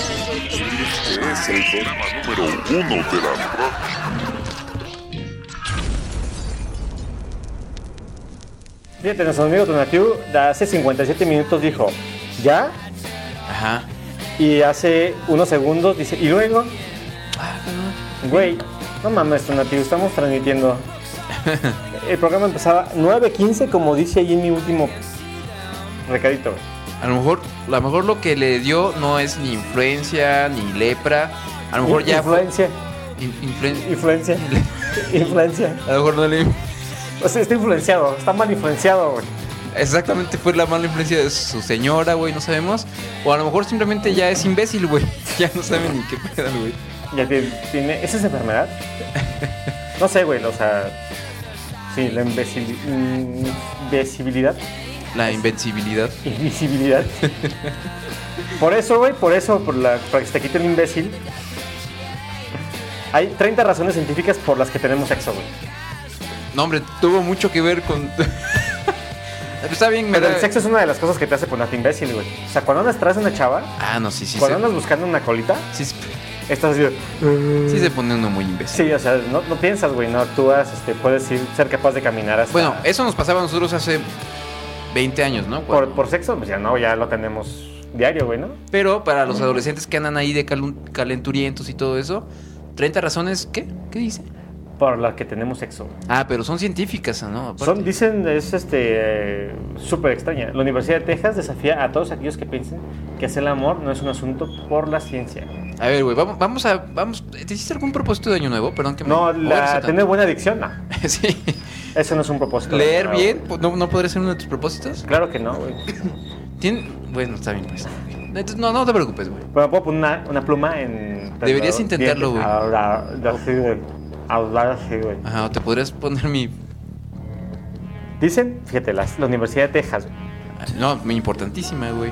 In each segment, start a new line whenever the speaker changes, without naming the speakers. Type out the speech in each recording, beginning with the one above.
Este es el programa número uno de la radio.
Fíjate, nuestro amigo Donatiu de hace 57 minutos dijo, ¿ya?
Ajá.
Y hace unos segundos dice, ¿y luego? Güey, no mames, Donatiu, estamos transmitiendo. El programa empezaba 9.15, como dice ahí en mi último recadito. güey.
A lo mejor, a lo mejor lo que le dio no es ni influencia, ni lepra. A lo mejor ya fue
Influencia,
in- influen-
influencia, influencia.
A lo mejor no le
O sea, está influenciado, está mal influenciado, güey.
exactamente fue la mala influencia de su señora, güey, no sabemos. O a lo mejor simplemente ya es imbécil, güey. Ya no sabe ni qué pedo, güey.
Ya tiene, tiene- ¿Esa es enfermedad? No sé, güey, o sea... Sí, la imbecil- imbecilidad.
La invencibilidad.
Invisibilidad. por eso, güey, por eso, por la, para que se te quite el imbécil. Hay 30 razones científicas por las que tenemos sexo, güey.
No, hombre, tuvo mucho que ver con. Está bien, me
Pero el
da-
sexo es una de las cosas que te hace ponerte imbécil, güey. O sea, cuando andas tras de una chava,
Ah, no, sí, sí.
cuando
se-
andas buscando una colita,
sí, se-
estás así de...
sí se pone uno muy imbécil.
Sí, o sea, no, no piensas, güey, no actúas, este, puedes ir, ser capaz de caminar hasta...
Bueno, eso nos pasaba a nosotros hace 20 años, ¿no?
por, por sexo, pues ya no, ya lo tenemos diario, güey, ¿no?
Pero para los adolescentes que andan ahí de calun- calenturientos y todo eso, 30 razones, ¿qué? ¿Qué dice?
Por las que tenemos sexo. güey.
Ah, pero son científicas, ¿no? Aparte.
Son, dicen, es este eh, súper extraña. La Universidad de Texas desafía a todos aquellos que piensen que hacer el amor no es un asunto por la ciencia.
A ver, güey, vamos, vamos a... Vamos, ¿Te hiciste algún propósito de año nuevo? Perdón que me...
No,
voy a
la,
hacer
tener
tanto.
buena dicción, no.
sí.
Eso no es un propósito.
Leer
No,
bien,
güey.
pues, ¿no, ¿no podría ser uno de tus propósitos?
Claro que no, güey.
¿Tien? Bueno, está bien, pues. Entonces, no, no te preocupes, güey.
Bueno, puedo poner una, una pluma en...
Deberías intentarlo, güey. Ah.
Ahora, así, güey. Hablar así, güey.
Ajá, o te podrías poner mi...
Dicen, fíjate, las- la Universidad de Texas,
No, mi importantísima, güey.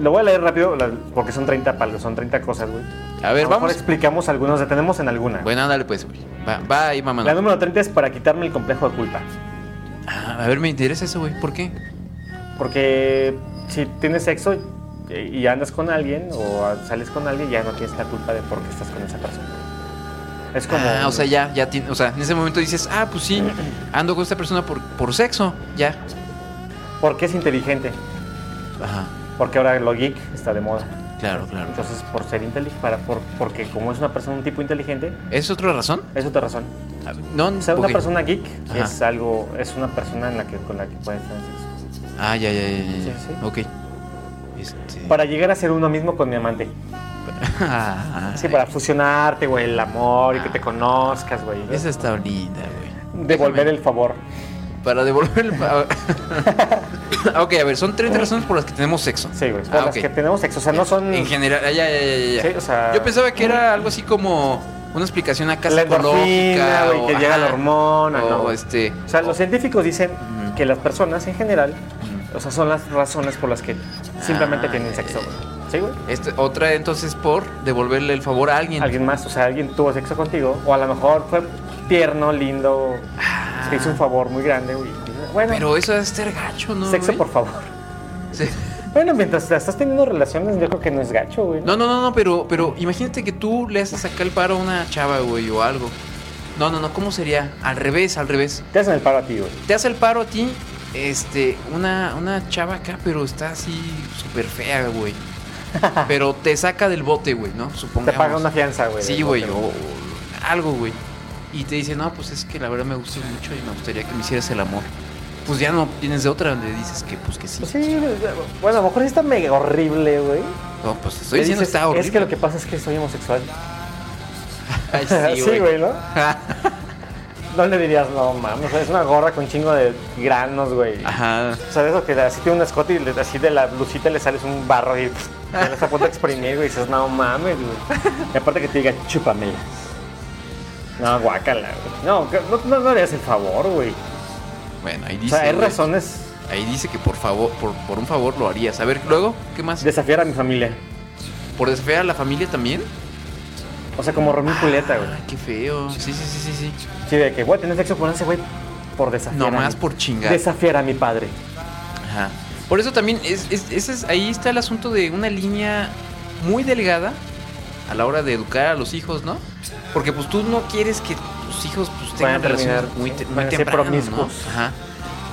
Lo voy a leer rápido la- porque son 30 palos, son 30 cosas, güey.
A ver,
lo mejor
vamos.
explicamos algunos, detenemos en alguna.
Bueno, ándale pues, güey. Va, va ahí, mamá.
La número 30 es para quitarme el complejo de culpa.
Ah, a ver, me interesa eso, güey. ¿Por qué?
Porque si tienes sexo y y andas con alguien o sales con alguien, ya no tienes la culpa de por qué estás con esa persona. Es como.
Ah, o sea, ya, ya tiene, o sea, en ese momento dices, ah, pues sí, ando con esta persona por, por sexo, ya.
Porque es inteligente.
Ajá,
Porque ahora lo geek está de moda.
claro, claro.
Entonces, por ser inteligente, para, por, porque como es una persona, un tipo inteligente,
¿Es otra razón?
es otra razón.
A ver, No,
O sea, una
ok.
persona geek
Ajá.
es algo, es una persona en la que, con la que puedes tener sexo.
Ah, ya, ya, ya, ya, ya.
Sí, sí.
Ok. Este...
Para llegar a ser uno mismo con mi amante.
Ah,
Sí, para fusionarte, güey, el amor y que te conozcas, güey.
Esa está linda, güey.
Devolver
Déjame-
el favor.
Para devolver el... Ah, ok, a ver, son 30 razones por las que tenemos sexo.
Sí, güey. Por
Ah,
las
ok.
que tenemos sexo. O sea, no son
En general, ah, ya, ya, ya, ya.
Sí, o sea-
Yo pensaba que era algo así como una explicación acá
la endorfina,
psicológica.
güey, que
o-
llega la
ajá,
hormona,
o
no. güey.
este...
O sea, los científicos dicen
Ujú.
que las personas en general,
Ujú.
o sea, son las razones por las que simplemente
Ah,
tienen sexo,
eh.
güey. Sí, güey.
Este, otra entonces por devolverle el favor a alguien.
Alguien más, o sea, alguien tuvo sexo contigo, o a lo mejor fue tierno, lindo,
Ah.
te hizo un favor muy grande, güey. Bueno,
Pero eso es ser gacho, ¿no?
sexo
güey?
por favor.
Sí.
Bueno, mientras estás teniendo relaciones, yo creo que no es gacho, güey.
No, no, no, no, pero, pero imagínate que tú le haces sacar el paro a una chava, güey, o algo. No, no, no, ¿cómo sería? Al revés, al revés.
Te hacen el paro a ti, güey.
Te hace el paro a ti, este, una, una chava acá, pero está así súper fea, güey. Pero te saca del bote, güey, ¿no?
Te
Supongamos.
paga una fianza, güey.
Sí,
del
güey,
bote,
o, o algo, güey. Y te dice, no, pues es que la verdad me gustas mucho y me gustaría que me hicieras el amor. Pues ya no tienes de otra donde dices que pues que sí.
Pues sí, güey, bueno, a lo mejor sí está mega horrible, güey.
No, pues te estoy
Le
diciendo
dices,
está horrible.
Es que lo que pasa es que soy homosexual.
Ay,
Sí, güey, ¿no? No le dirías, no mames, es una gorra con chingo de granos, güey.
Ajá.
O sea, de eso que así tiene un escote y le- así de la blusita le sales un barro y pff, ya le está a punto de exprimir, güey. Y dices, no mames, güey. Y aparte que te diga, chúpame. No, guácala, güey. No, que- no, no, no le hagas el favor, güey.
Bueno, ahí
O
dice.
sea, hay
güey,
razones
Ahí dice que por favor, por, por un favor lo harías. A ver, luego, ¿qué más?
desafiar a mi familia.
¿Por desfear a la familia también?
O sea, como
Ah,
Romín Julieta, güey.
Ay, qué feo. Sí, sí, sí, sí, sí.
Sí, de que voy a tener sexo con ese güey por desafiar.
No
a
más
mi-
por chingar.
Desafiar a mi padre.
Ajá. Por eso también, es, es- ese es- ahí está el asunto de una línea muy delgada a la hora de educar a los hijos, ¿no? Porque pues tú no quieres que tus hijos pues,
Vayan
tengan
a terminar,
relaciones muy, te-
sí,
muy
van a ser
temprano, ¿no?
promiscuos.
Ajá.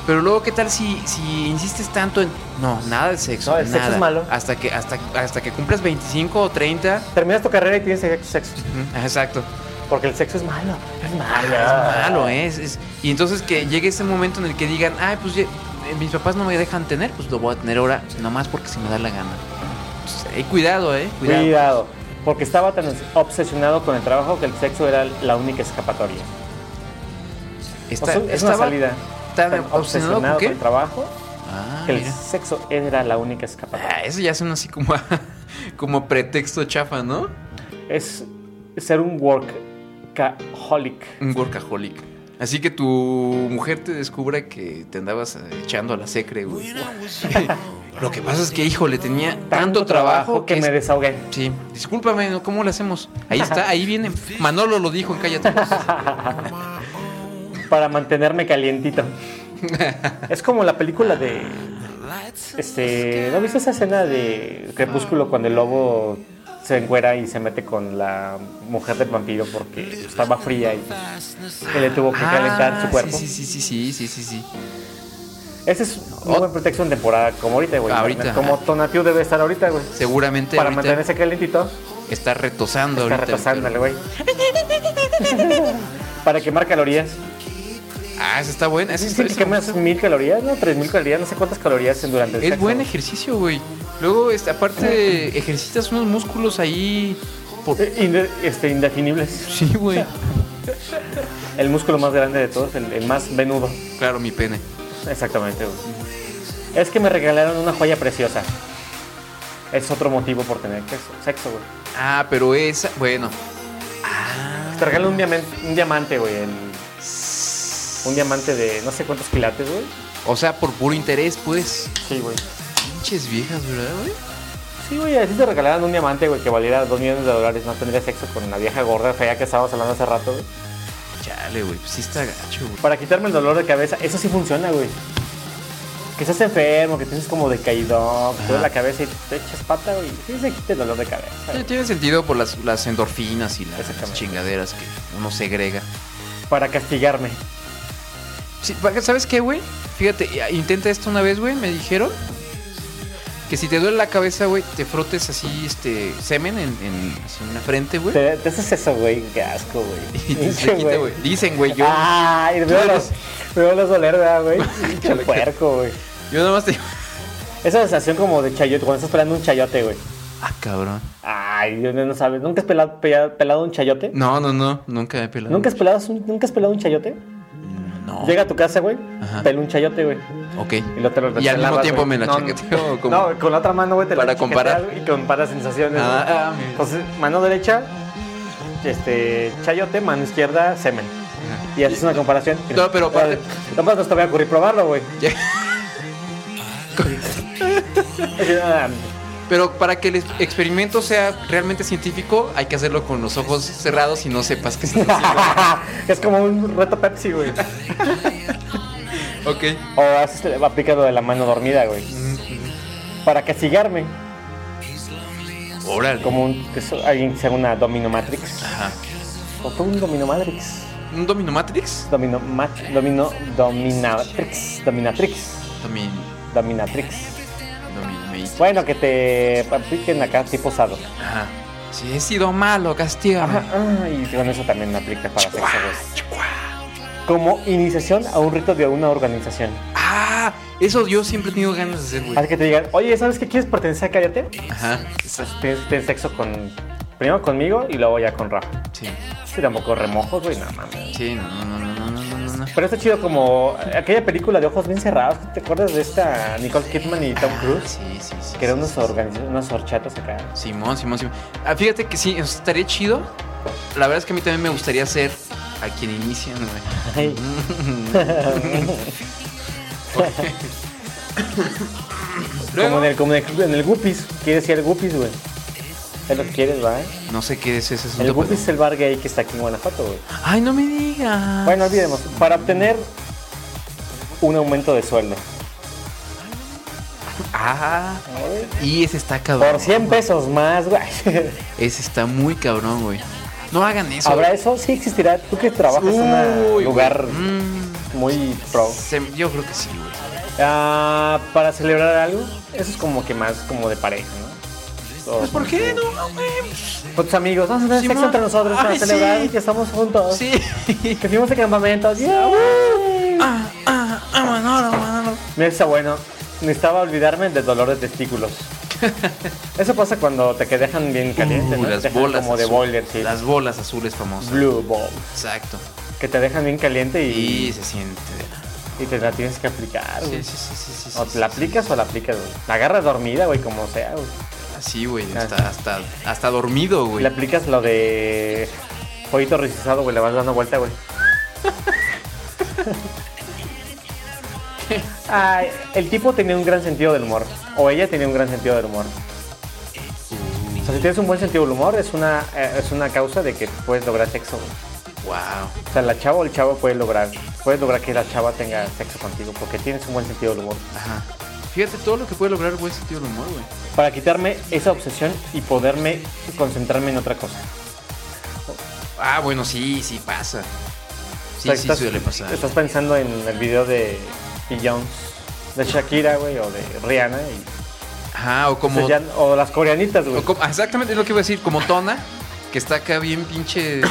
Pero luego, ¿qué tal si, si insistes tanto en... No, nada de sexo.
No, el sexo
nada.
es malo.
Hasta que, hasta, hasta que cumplas 25 o 30.
Terminas tu carrera y tienes sexo.
Ujú, Exacto.
Porque el sexo es malo. Es malo.
Es
Ah.
malo, ¿eh? es, es- Y entonces que llegue ese momento en el que digan, ay, pues ya- eh, mis papás no me dejan tener, pues lo voy a tener ahora, nomás porque se me da la gana. Entonces, eh, cuidado, eh, cuidado.
Cuidado. Porque estaba tan obsesionado con el trabajo que el sexo era la única escapatoria.
Está-
O sea, Pues es una
estaba
salida.
tan
Tan
obsesionado con qué?
el trabajo
Ah,
que el
mira.
sexo era la única escapatoria.
Ah, eso ya suena así como, a- como pretexto chafa, ¿no?
Es ser un workaholic.
Un workaholic. Así que tu mujer te descubra que te andabas eh, echando a la secre, güey. Lo que pasa es que, hijo, le tenía tanto, trabajo
que,
que,
me
es-
desahogué.
Sí, discúlpame, ¿no? ¿cómo lo hacemos? Ahí está, ahí viene. Manolo lo dijo en Cállate.
Para mantenerme calientito. es como la película de. Este. ¿No viste esa escena de Crepúsculo cuando el lobo se encuera y se mete con la mujer del vampiro porque estaba fría y que le tuvo que calentar
Ah,
su cuerpo?
Sí, sí, sí, sí, sí, sí, sí.
Ese es un buen pretexto en temporada, como ahorita, güey.
Ahorita.
Como Tonatiu debe estar ahorita, güey.
Seguramente
Para
ahorita
mantenerse calientito,
está retosando
está
ahorita.
retasándole, güey. Para quemar calorías.
Ah, esa está buena. esa
Sí,
está-
sí, que
esa-
quemas mil calorías, ¿no? Tres mil calorías, no sé cuántas calorías en durante el
es
sexo.
buen
güey.
ejercicio, güey. Luego, este, aparte, ejercitas unos músculos ahí. por-
Eh, inde- este, indefinibles.
Sí, güey.
El músculo más grande de todos, el, el más venudo.
Claro, mi pene.
Exactamente. güey. Es que me regalaron una joya preciosa. Es otro motivo por tener que- sexo, güey.
Ah, pero esa. Bueno.
Te regalan un, diamen- un diamante, güey. el- Un diamante de no sé cuántos quilates, güey.
O sea, por puro interés, pues.
Sí, güey.
Pinches viejas, ¿verdad, güey?
Sí, güey, así te regalaran un diamante, güey, que valiera dos millones de dólares. No tendría sexo con una vieja gorda fea que estábamos hablando hace rato, güey.
Chale, güey. Pues sí está gacho, güey.
Para quitarme el dolor de cabeza, eso sí funciona, güey. Que estás enfermo, que tienes como decaído, que te duele la cabeza y te echas pata, güey. Sí se quita el dolor de cabeza.
Sí,
güey.
Tiene sentido por las, las endorfinas y las
Exactamente.
chingaderas que uno segrega.
Para castigarme.
Sí, porque, ¿Sabes qué, güey? Fíjate, ya, intenta esto una vez, güey. Me dijeron que si te duele la cabeza, güey, te frotes así, este, semen en, en, así en la frente, güey.
Te, te haces eso, güey, qué asco, güey. Ah.
Y te se quita, güey. Dicen, güey, yo,
Ay,
Tú
veo los,
eres-
veo los doler, ¿verdad, güey. Pinche puerco, güey.
yo nada más te
Esa sensación como de chayote, cuando estás pelando un chayote, güey.
Ah, cabrón.
Ay, Dios mío, no sabes. ¿Nunca has pelado, pelado, pelado un chayote?
No, no, no. Nunca he pelado.
¿Nunca has pelado, un- ¿Nunca has pelado un chayote?
No.
Llega a tu casa, güey,
Ajá.
pela un chayote, güey.
Ok.
Y, lo te lo
Y al mismo
lavas,
tiempo
güey.
me la
no,
chaqueteo. como-
No, con la otra mano, güey, te
Para
la
comparar.
chaqueteas Y comparas sensaciones. güey.
Ah, ah, mira.
Entonces, mano derecha, este, chayote, mano izquierda, semen. Y haces una comparación.
No, pero aparte-
No más nos te va a ocurrir probarlo, güey. Es- ah,
Pero para que el experimento sea realmente científico, hay que hacerlo con los ojos cerrados y no sepas que estás haciendo.
es como un reto Pepsi, güey.
ok.
O haces, aplicas lo de la mano dormida, güey. Para castigarme,
Órale.
como un, que eso- alguien que sea una Domino Matrix.
Ajá.
O fue un Domino Matrix.
¿Un Domino Matrix?
Domino, mat- domino, dominatrix, dominatrix,
También.
dominatrix.
Domino
Bueno, que te apliquen acá tipo sado.
Ajá. Si he sido malo, castígame.
Ajá, ah, y con eso también aplica para sexo, güey. Como iniciación a un rito de una organización.
Ah, eso yo siempre he tenido ganas de hacer,
Haz
güey.
que te digan, oye, ¿sabes qué quieres pertenecer a Cállate?
Ajá.
Pues tienes, tienes sexo con, primero conmigo y luego ya con Rafa.
Sí.
Sí, tampoco remojos, güey, nada más.
Sí, no, no, no, no, no, no, no, no.
Pero está chido como aquella película de ojos bien cerrados. ¿Te acuerdas de esta Nicole Kidman y Tom
Ah,
Cruise?
Sí, sí, sí.
Que eran
sí,
unos,
sí,
organiz- unos horchatos acá.
sí. Simón, Simón, Simón. Ah, fíjate que sí, estaría chido. La verdad es que a mí también me gustaría ser a quien inician, güey.
Ay. Como
Luego,
en el, como en el, en el Guppies. Quieres ir al Guppies, güey. Es lo que quieres, ¿va? ¿eh?
no sé qué es ese asunto.
El Guppies
pero-
es el bar gay que está aquí en Guanajuato, güey.
Ay, no me digas.
Bueno, olvidemos. Para obtener un aumento de sueldo.
Ah,
Ay.
y ese está cabrón.
Por 100 pesos más, güey.
Ese está muy cabrón, güey. No hagan eso.
¿Habrá eso? Sí existirá. Tú que trabajas en un
Uy,
lugar
güey. Mm,
muy pro.
se- yo creo que sí, güey.
Ah, para celebrar algo, eso es como que más como de pareja, ¿no?
Pues, ¿por qué no, no, güey?
Con tus amigos, vamos a tener
Simón.
sexo entre nosotros para
Ay,
celebrar
sí.
que estamos juntos.
Sí.
Que fuimos de campamento. Yeah.
ah, ah, ah, Manolo, Manolo.
Mira, está bueno. Necesitaba olvidarme del dolor de testículos. Eso pasa cuando te que dejan bien caliente,
Uh,
¿no?
las
Te dejan
bolas
como de
azules.
boiler, sí.
Las bolas azules famosas.
Blue ball.
Exacto.
Que te dejan bien caliente
Y
y,
se siente. de-
y te la tienes que aplicar.
Sí,
Ah, güey.
sí, sí, sí, sí,
O
sí,
te la
sí,
aplicas o la aplicas, güey. La agarras dormida, güey, como sea, güey.
Así, güey.
Ah.
Hasta, hasta, hasta dormido, güey.
Le aplicas lo de pollito rechazado, güey, le vas dando vuelta, güey. Ay, el tipo tenía un gran sentido del humor. O ella tenía un gran sentido del humor. O sea, si tienes un buen sentido del humor, es una, eh, es una causa de que puedes lograr sexo. güey.
Wow.
O sea, la chava o el chavo puede lograr, puedes lograr que la chava tenga sexo contigo porque tienes un buen sentido del humor.
Ajá. Fíjate todo lo que puede lograr buen sentido del humor, güey.
Para quitarme esa obsesión y poderme concentrarme en otra cosa.
Ah, bueno, sí, sí pasa. Sí,
O sea,
sí
estás-
suele pasar.
Estás pensando en el video de Beyoncé, de Shakira, güey, o de Rihanna. Y,
Ajá, o como.
o, sea, ya- o las coreanitas, güey.
o como- ah, exactamente es lo que iba a decir, como Tona, que está acá bien pinche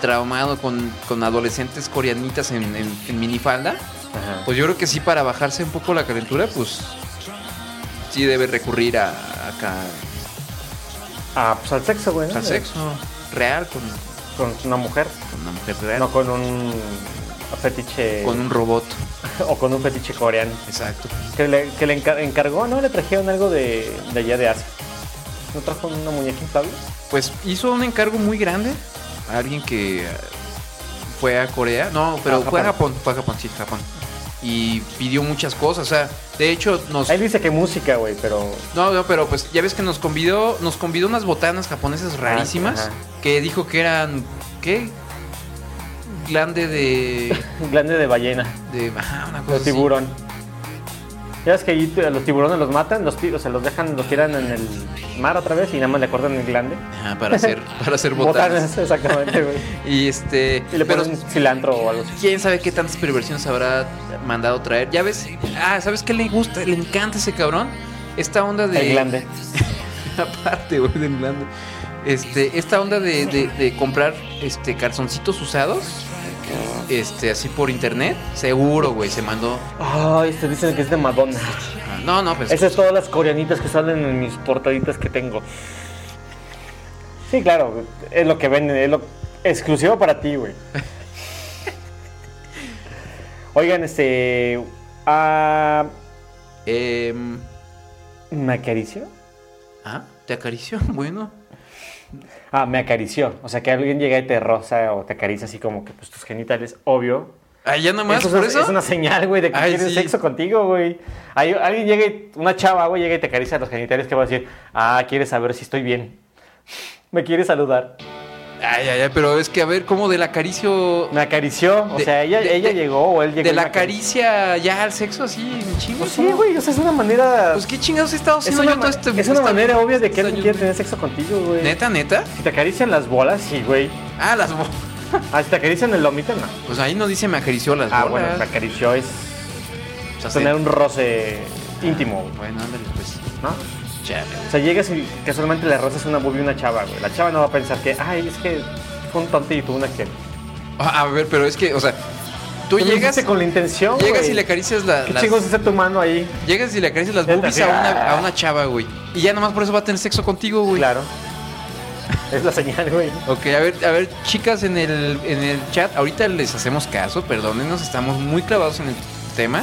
traumado con, con adolescentes coreanitas en, en- en minifalda.
Ajá.
Pues yo creo que sí, para bajarse un poco la calentura, pues. Sí debe recurrir a, acá
Ah, pues al sexo, güey. ¿no?
al sexo real con,
Con una mujer,
con una mujer real.
no con un fetiche.
Con un robot.
O con un fetiche coreano.
Exacto.
Que le, que le encar- encargó, ¿no? Le trajeron algo de, de allá de Asia. ¿No trajo una muñeca inflable?
Pues hizo un encargo muy grande a alguien que eh, fue a Corea, no, pero
A
fue a
Japón.
Japón, fue a Japón, sí, Japón. Y pidió muchas cosas, o sea, de hecho nos
Él dice que música, güey, pero.
no, no, pero pues ya ves que nos convidó, nos convidó unas botanas japonesas rarísimas
Ah, ajá.
que dijo que eran ¿qué? glande de
Glande de ballena.
de ajá, una cosa
Los
así.
tiburón. Ya ves que ahí te- los tiburones los matan, los ti- o sea, los dejan, los tiran en el mar otra vez y nada más le cortan el glande.
Ajá, para hacer para hacer botanas.
exactamente, güey.
Y este
Y le
pero-
ponen cilantro o algo así.
quién sabe qué tantas perversiones habrá mandado traer. Ya ves, ah, ¿sabes qué le gusta? Le encanta ese cabrón. Esta onda de.
El glande.
Aparte, güey, del glande. Este, esta onda de, de- de comprar este calzoncitos usados. Este, así por internet. Seguro, güey. Se mandó.
Ay, te dicen que es de Madonna.
Ah, No, no, pues.
Esas todas las coreanitas que salen en mis portaditas que tengo. Sí, claro, es lo que venden, es lo exclusivo para ti, güey. Oigan, este. ah,
em,
¿Me acarició?
ah, te acarició. Bueno.
Ah, me acarició. O sea, que alguien llega y te roza o te acaricia así como que pues tus genitales, obvio.
Ah, ya nomás
Eso es-
por eso.
Es una señal, güey, de que
Ay,
quieres
sí.
sexo contigo, güey. Hay- Alguien llega y, una chava, güey, llega y te acaricia los genitales que va a decir, ah, quieres saber si estoy bien. Me quiere saludar.
Ay, ay, ay, pero es que a ver, ¿cómo del acaricio.
Me acarició. O
De-
sea, ella,
de-
ella
de-
llegó o él llegó.
De
y me
la
acarició.
caricia ya al sexo así, en chingo.
Pues sí,
¿no?
güey. O sea, es una manera.
Pues qué chingados he estado
es
haciendo
una,
yo
ma-
todo este
es una
esta-
manera obvia de que
estos
alguien
años,
quiere
güey?
tener sexo contigo, güey.
Neta, neta.
Si te acarician las bolas, sí, güey.
Ah, las bo-
Ah, si te acarician el lomito, no.
Pues ahí no dice me acarició las
Ah,
bolas.
bueno, me acarició es.
O sea,
tener
se-
un roce íntimo, güey,
Bueno, ándale, pues.
¿no?
Chale.
O sea, llegas y casualmente le rozas una boobie a una chava, güey. La chava no va a pensar que, ay, es que fue un tonto y tuvo una que.
Ah, A ver, pero es que, o sea, tú
Tú lo
llegas,
hiciste con la intención,
llegas
güey.
y le acaricias la-
¿Qué
las.
chingos hace tu mano ahí?
Llegas y le acaricias las
Neta,
boobies
sí. ah.
a una, a una chava, güey. Y ya nomás por eso va a tener sexo contigo, güey.
Claro. Es la señal, güey.
Ok, a ver, a ver, chicas en el, en el chat, ahorita les hacemos caso, perdónenos, estamos muy clavados en el tema,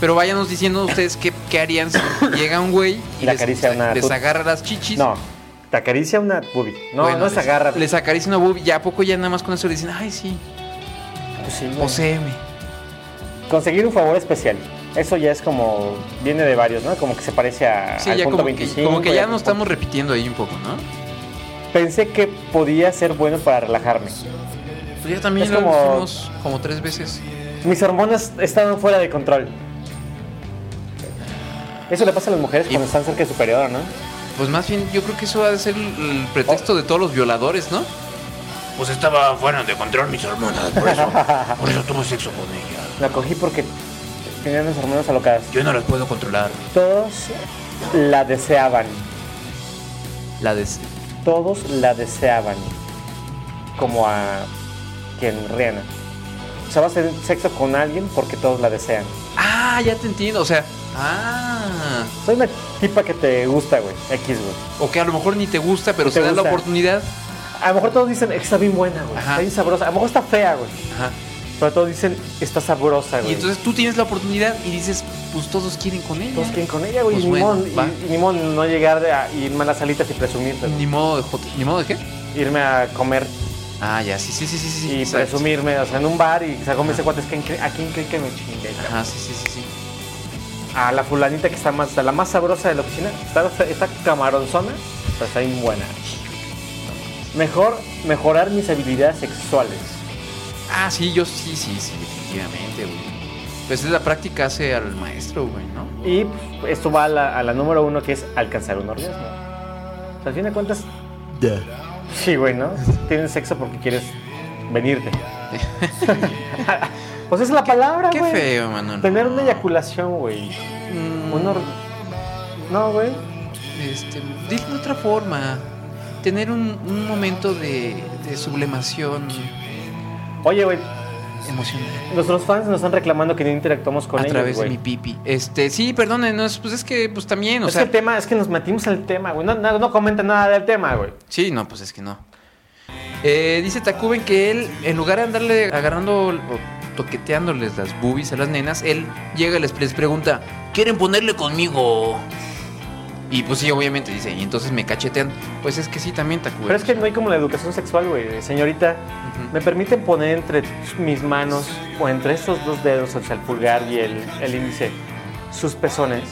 pero váyanos diciendo ustedes qué, qué harían si llega un güey y
Y le
les,
acaricia una
les
tut-
agarra las chichis.
No, te acaricia una boobie. No,
Bueno,
no se
les-
agarra.
Les acaricia una boobie, ya a poco ya nada más con eso le dicen, ay sí,
Pues sí, güey.
poseeme.
Conseguir un favor especial. Eso ya es como. Viene de varios, ¿no? Como que se parece a,
Sí,
al
ya
punto
como, que,
25.
como que
y
ya
al
nos
punto-
estamos repitiendo ahí un poco, ¿no?
Pensé que podía ser bueno para relajarme.
Pues ya también
Es
lo
como-
hicimos como tres veces.
Mis hormonas estaban fuera de control. Eso le pasa a las mujeres
Y-
cuando están cerca de su periodo, ¿no?
Pues más bien, yo creo que eso va a ser el, el
Oh.
pretexto de todos los violadores, ¿no?
Pues estaba fuera de control mis hormonas, por eso, por eso tuve sexo con ella.
La cogí porque tenían las hormonas alocadas.
Yo no las puedo controlar.
Todos la deseaban.
La des...
Todos la deseaban. Como a quien Rihanna. O sea, vas a tener sexo con alguien porque todos la desean.
Ah, ya te entiendo, o sea... Ah...
Soy una tipa que te gusta, güey. X, güey.
O que a lo mejor ni te gusta, pero
Te
se da la
gusta.
oportunidad.
A lo mejor todos dicen, está bien buena, güey.
Ajá.
Está bien sabrosa. A lo mejor está fea, güey.
Ajá.
Pero todos dicen, está sabrosa, güey.
Y entonces tú tienes la oportunidad y dices, pues todos quieren con ella.
Todos quieren con ella, güey.
Pues
y, ni
bueno,
modo-
va.
y- y ni modo no llegar a irme a las salitas y presumirte. güey.
Ni modo de jote- ¿Ni modo de qué?
Irme a comer
Ah, ya, sí, sí, sí, sí. sí
y
exacto.
presumirme, o sea, en un bar y saco mis cuates, ¿quién cree- ¿a quién cree que me chingué?
Ajá, sí, sí, sí, sí.
A la fulanita que está más, la más sabrosa de la oficina, está, está camaronzona, pero está bien buena. Mejor, mejorar mis habilidades sexuales.
Ah, sí, yo sí, sí, sí, definitivamente, güey. Pues es la práctica hace al maestro, güey, ¿no?
Y pues, esto va a la, a la número uno, que es alcanzar un orgasmo. O sea, al fin de cuentas, sí, güey, ¿no? Tienes sexo porque quieres venirte. pues es la palabra,
Qué
güey.
feo, Manuel.
Tener una eyaculación, güey.
Mm,
Un or- No, güey.
Este, dile de otra forma. Tener un, un momento de, de sublimación
Oye, güey,
emocional
nuestros fans nos están reclamando que no interactuamos con
a
ellos,
través
güey.
de mi pipi. Este, sí, perdónenos, pues es que, pues también, o
es
sea.
que el tema, es que nos metimos al tema, güey. No, no, no comentan nada del tema, güey.
Sí, no, pues es que no. Eh, dice Tacuben que él, en lugar de andarle agarrando o toqueteándoles las boobies a las nenas, él llega y les, les pregunta,
¿Quieren ponerle conmigo?
y pues sí, obviamente dice, y entonces me cachetean. Pues es que sí, también Tacuben.
Pero es que no hay como la educación sexual, güey. Señorita,
Ujú.
¿me permiten poner entre mis manos o entre estos dos dedos, o sea, el pulgar y el, el índice, sus pezones?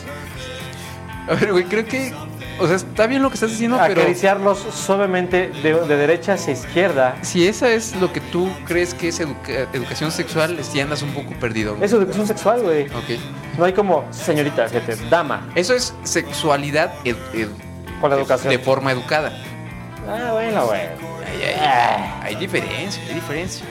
A ver, güey, creo que, o sea, está bien lo que estás
Ah,
diciendo, pero
acariciarlos suavemente de, de derecha hacia izquierda.
si esa es lo que tú crees que es educa- educación sexual, si andas un poco perdido. güey.
Es educación sexual, güey.
Ok.
No hay como señorita, fíjate, dama,
Eso es sexualidad ed- ed-
con la educación.
de forma educada.
Ah, bueno, güey.
Ay, ay,
Ah.
Hay diferencia, hay diferencia.